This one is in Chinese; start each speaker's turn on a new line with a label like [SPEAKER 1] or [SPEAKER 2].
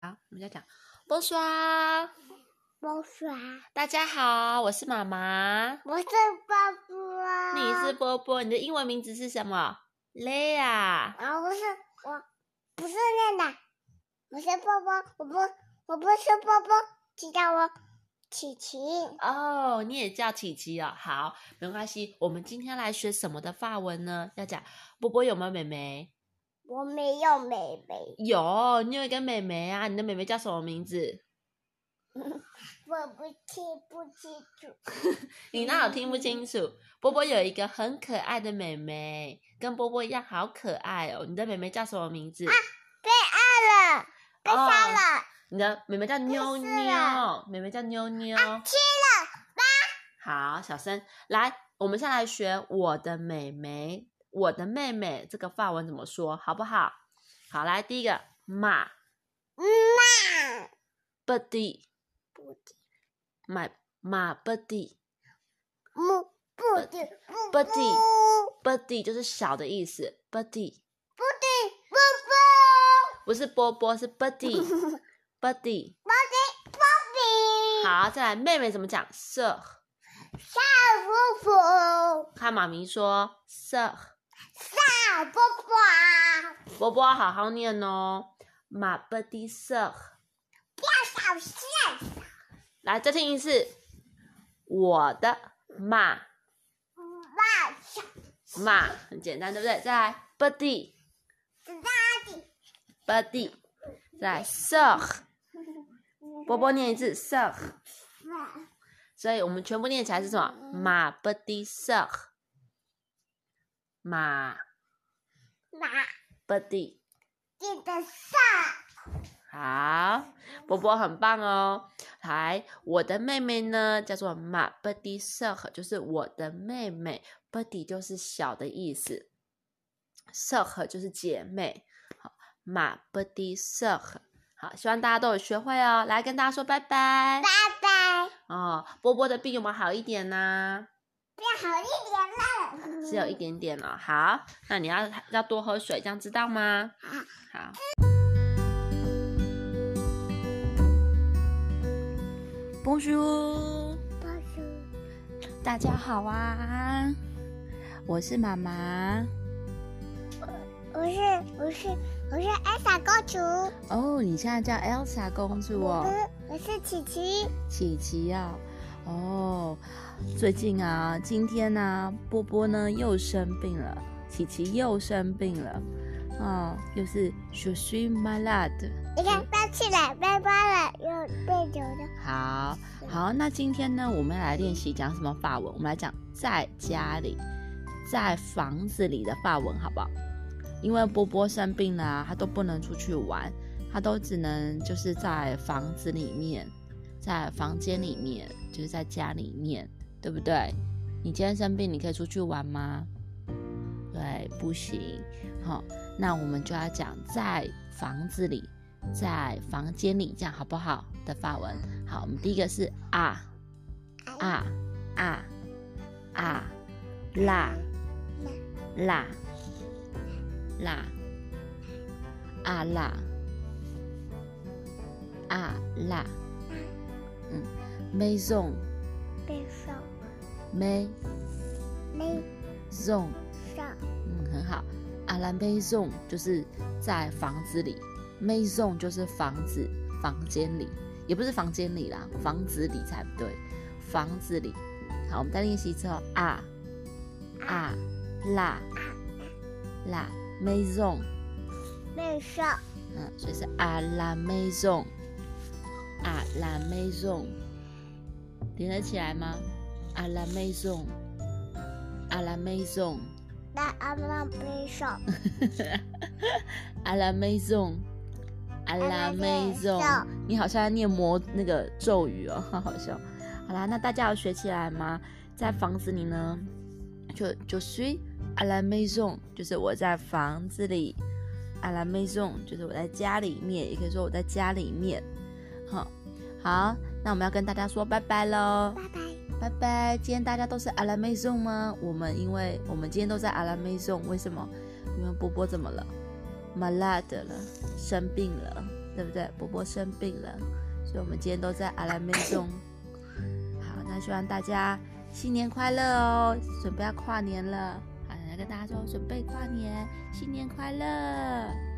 [SPEAKER 1] 好，我们再讲。波刷，
[SPEAKER 2] 猫刷，
[SPEAKER 1] 大家好，我是妈妈，
[SPEAKER 2] 我啊是啊爸爸，
[SPEAKER 1] 你是波波，你的英文名字是什么？Leia。
[SPEAKER 2] 啊，不是我，不是那个，我是波波，我不，我不是波波，请叫我琪琪。
[SPEAKER 1] 哦，你也叫琪琪哦，好，没关系。我们今天来学什么的法文呢？要讲波波有没有妹妹？
[SPEAKER 2] 我没有妹妹，
[SPEAKER 1] 有，你有一个妹妹啊，你的妹妹叫什么名字？
[SPEAKER 2] 我不清不清楚。
[SPEAKER 1] 你那我听不清楚。波波有一个很可爱的妹妹，跟波波一样好可爱哦。你的妹妹叫什么名字？
[SPEAKER 2] 杀了，被
[SPEAKER 1] 哦
[SPEAKER 2] 杀了，
[SPEAKER 1] 你的妹妹叫妞
[SPEAKER 2] 是
[SPEAKER 1] 妞
[SPEAKER 2] 啊，
[SPEAKER 1] 妹妹叫妞妞。
[SPEAKER 2] 亲
[SPEAKER 1] 好，小声来，我们先来学我的妹妹，我的妹妹这个法文怎么说，好不好？好，来第一个，ma 哦
[SPEAKER 2] 妈，
[SPEAKER 1] buddy
[SPEAKER 2] 不对，
[SPEAKER 1] my ma buddy
[SPEAKER 2] 木不对，不
[SPEAKER 1] 不
[SPEAKER 2] 不
[SPEAKER 1] 对
[SPEAKER 2] 不对，
[SPEAKER 1] buddy 就是小的意思，buddy
[SPEAKER 2] 波波，
[SPEAKER 1] 不是波波，是 buddy buddy。
[SPEAKER 2] 比
[SPEAKER 1] 好，再来妹妹怎么讲？sir，
[SPEAKER 2] 大波波，
[SPEAKER 1] 看妈咪说 sir，
[SPEAKER 2] 大波波，
[SPEAKER 1] 波波好好念哦，ma buddy sir。
[SPEAKER 2] 大线。
[SPEAKER 1] 来，再听一次，我的马。
[SPEAKER 2] 哇小
[SPEAKER 1] 嘛，很简单，对不对？再来，buddy
[SPEAKER 2] 大的
[SPEAKER 1] buddy，再来 s i r 波波念一次 s i r
[SPEAKER 2] 哇
[SPEAKER 1] 所以我们全部念起来是什么？马 buddy s i r 马
[SPEAKER 2] 哇
[SPEAKER 1] buddy。
[SPEAKER 2] 记得上
[SPEAKER 1] 好，波波很棒哦。来，我的妹妹呢叫做马 buddy s i r 就是我的妹妹，buddy 就是小的意思 s i r 就是姐妹。好，马 buddy s i r 好，希望大家都有学会哦。来跟大家说拜拜
[SPEAKER 2] 拜。拜，
[SPEAKER 1] 哦，波波的病有没有好一点呢、
[SPEAKER 2] 变好一点了。
[SPEAKER 1] 只有一点点哦。好，那你要要多喝水，这样知道吗？
[SPEAKER 2] 好
[SPEAKER 1] 好。Bonjour，
[SPEAKER 2] 报数
[SPEAKER 1] 大家好啊！我是妈妈。
[SPEAKER 2] 我是我是我是艾莎公主，
[SPEAKER 1] 哦，你现在叫 Elsa 公主
[SPEAKER 2] 我
[SPEAKER 1] 哦，
[SPEAKER 2] 是我是琪琪，
[SPEAKER 1] 琪琪啊。哦，最近啊，今天呢、波波呢又生病了，琪琪又生病了，哦，又是 je suis malade。
[SPEAKER 2] 你看搬起来，拜拜了，又变久了。
[SPEAKER 1] 好好，那今天呢，我们来练习讲什么法文？我们来讲在家里，在房子里的法文，好不好？因为波波生病了、啊，他都不能出去玩，他都只能就是在房子里面，在房间里面，就是在家里面，对不对？你今天生病，你可以出去玩吗？对，不行。好，那我们就要讲在房子里，在房间里，这样好不好？的法文。好，我们第一个是啊啊啊啊啦啦啦啊啦啊啦，嗯，maison
[SPEAKER 2] 背上
[SPEAKER 1] maison，
[SPEAKER 2] 背上
[SPEAKER 1] 嗯，很好。à la maison 就是在房子里，maison 就是房子、房间里，也不是房间里啦，房子里才不对，房子里。好，我们再练习一次哦。啊啊啦啦 maison，
[SPEAKER 2] 背上
[SPEAKER 1] 嗯，所以是 à la maison，à la maison，连得起来吗？à la maison，à la maison。
[SPEAKER 2] 那阿妈背上
[SPEAKER 1] à la maison，à la
[SPEAKER 2] la
[SPEAKER 1] maison，
[SPEAKER 2] maison
[SPEAKER 1] 你好像在念魔那个咒语哦， 好好笑。好啦，那大家有学起来吗？在房子里呢，就就 suis à la maison，就是我在房子里；à la maison，就是我在家里面，也可以说我在家里面。好，好，那我们要跟大家说拜拜喽。
[SPEAKER 2] 拜拜。
[SPEAKER 1] 拜拜！今天大家都是阿拉妹送吗？我们因为我们今天都在阿拉妹送，为什么？因为波波怎么了？malade 了，生病了。对不对？波波生病了，所以我们今天都在阿拉妹中。好，那希望大家新年快乐哦！准备要跨年了，好，来跟大家说准备跨年，新年快乐。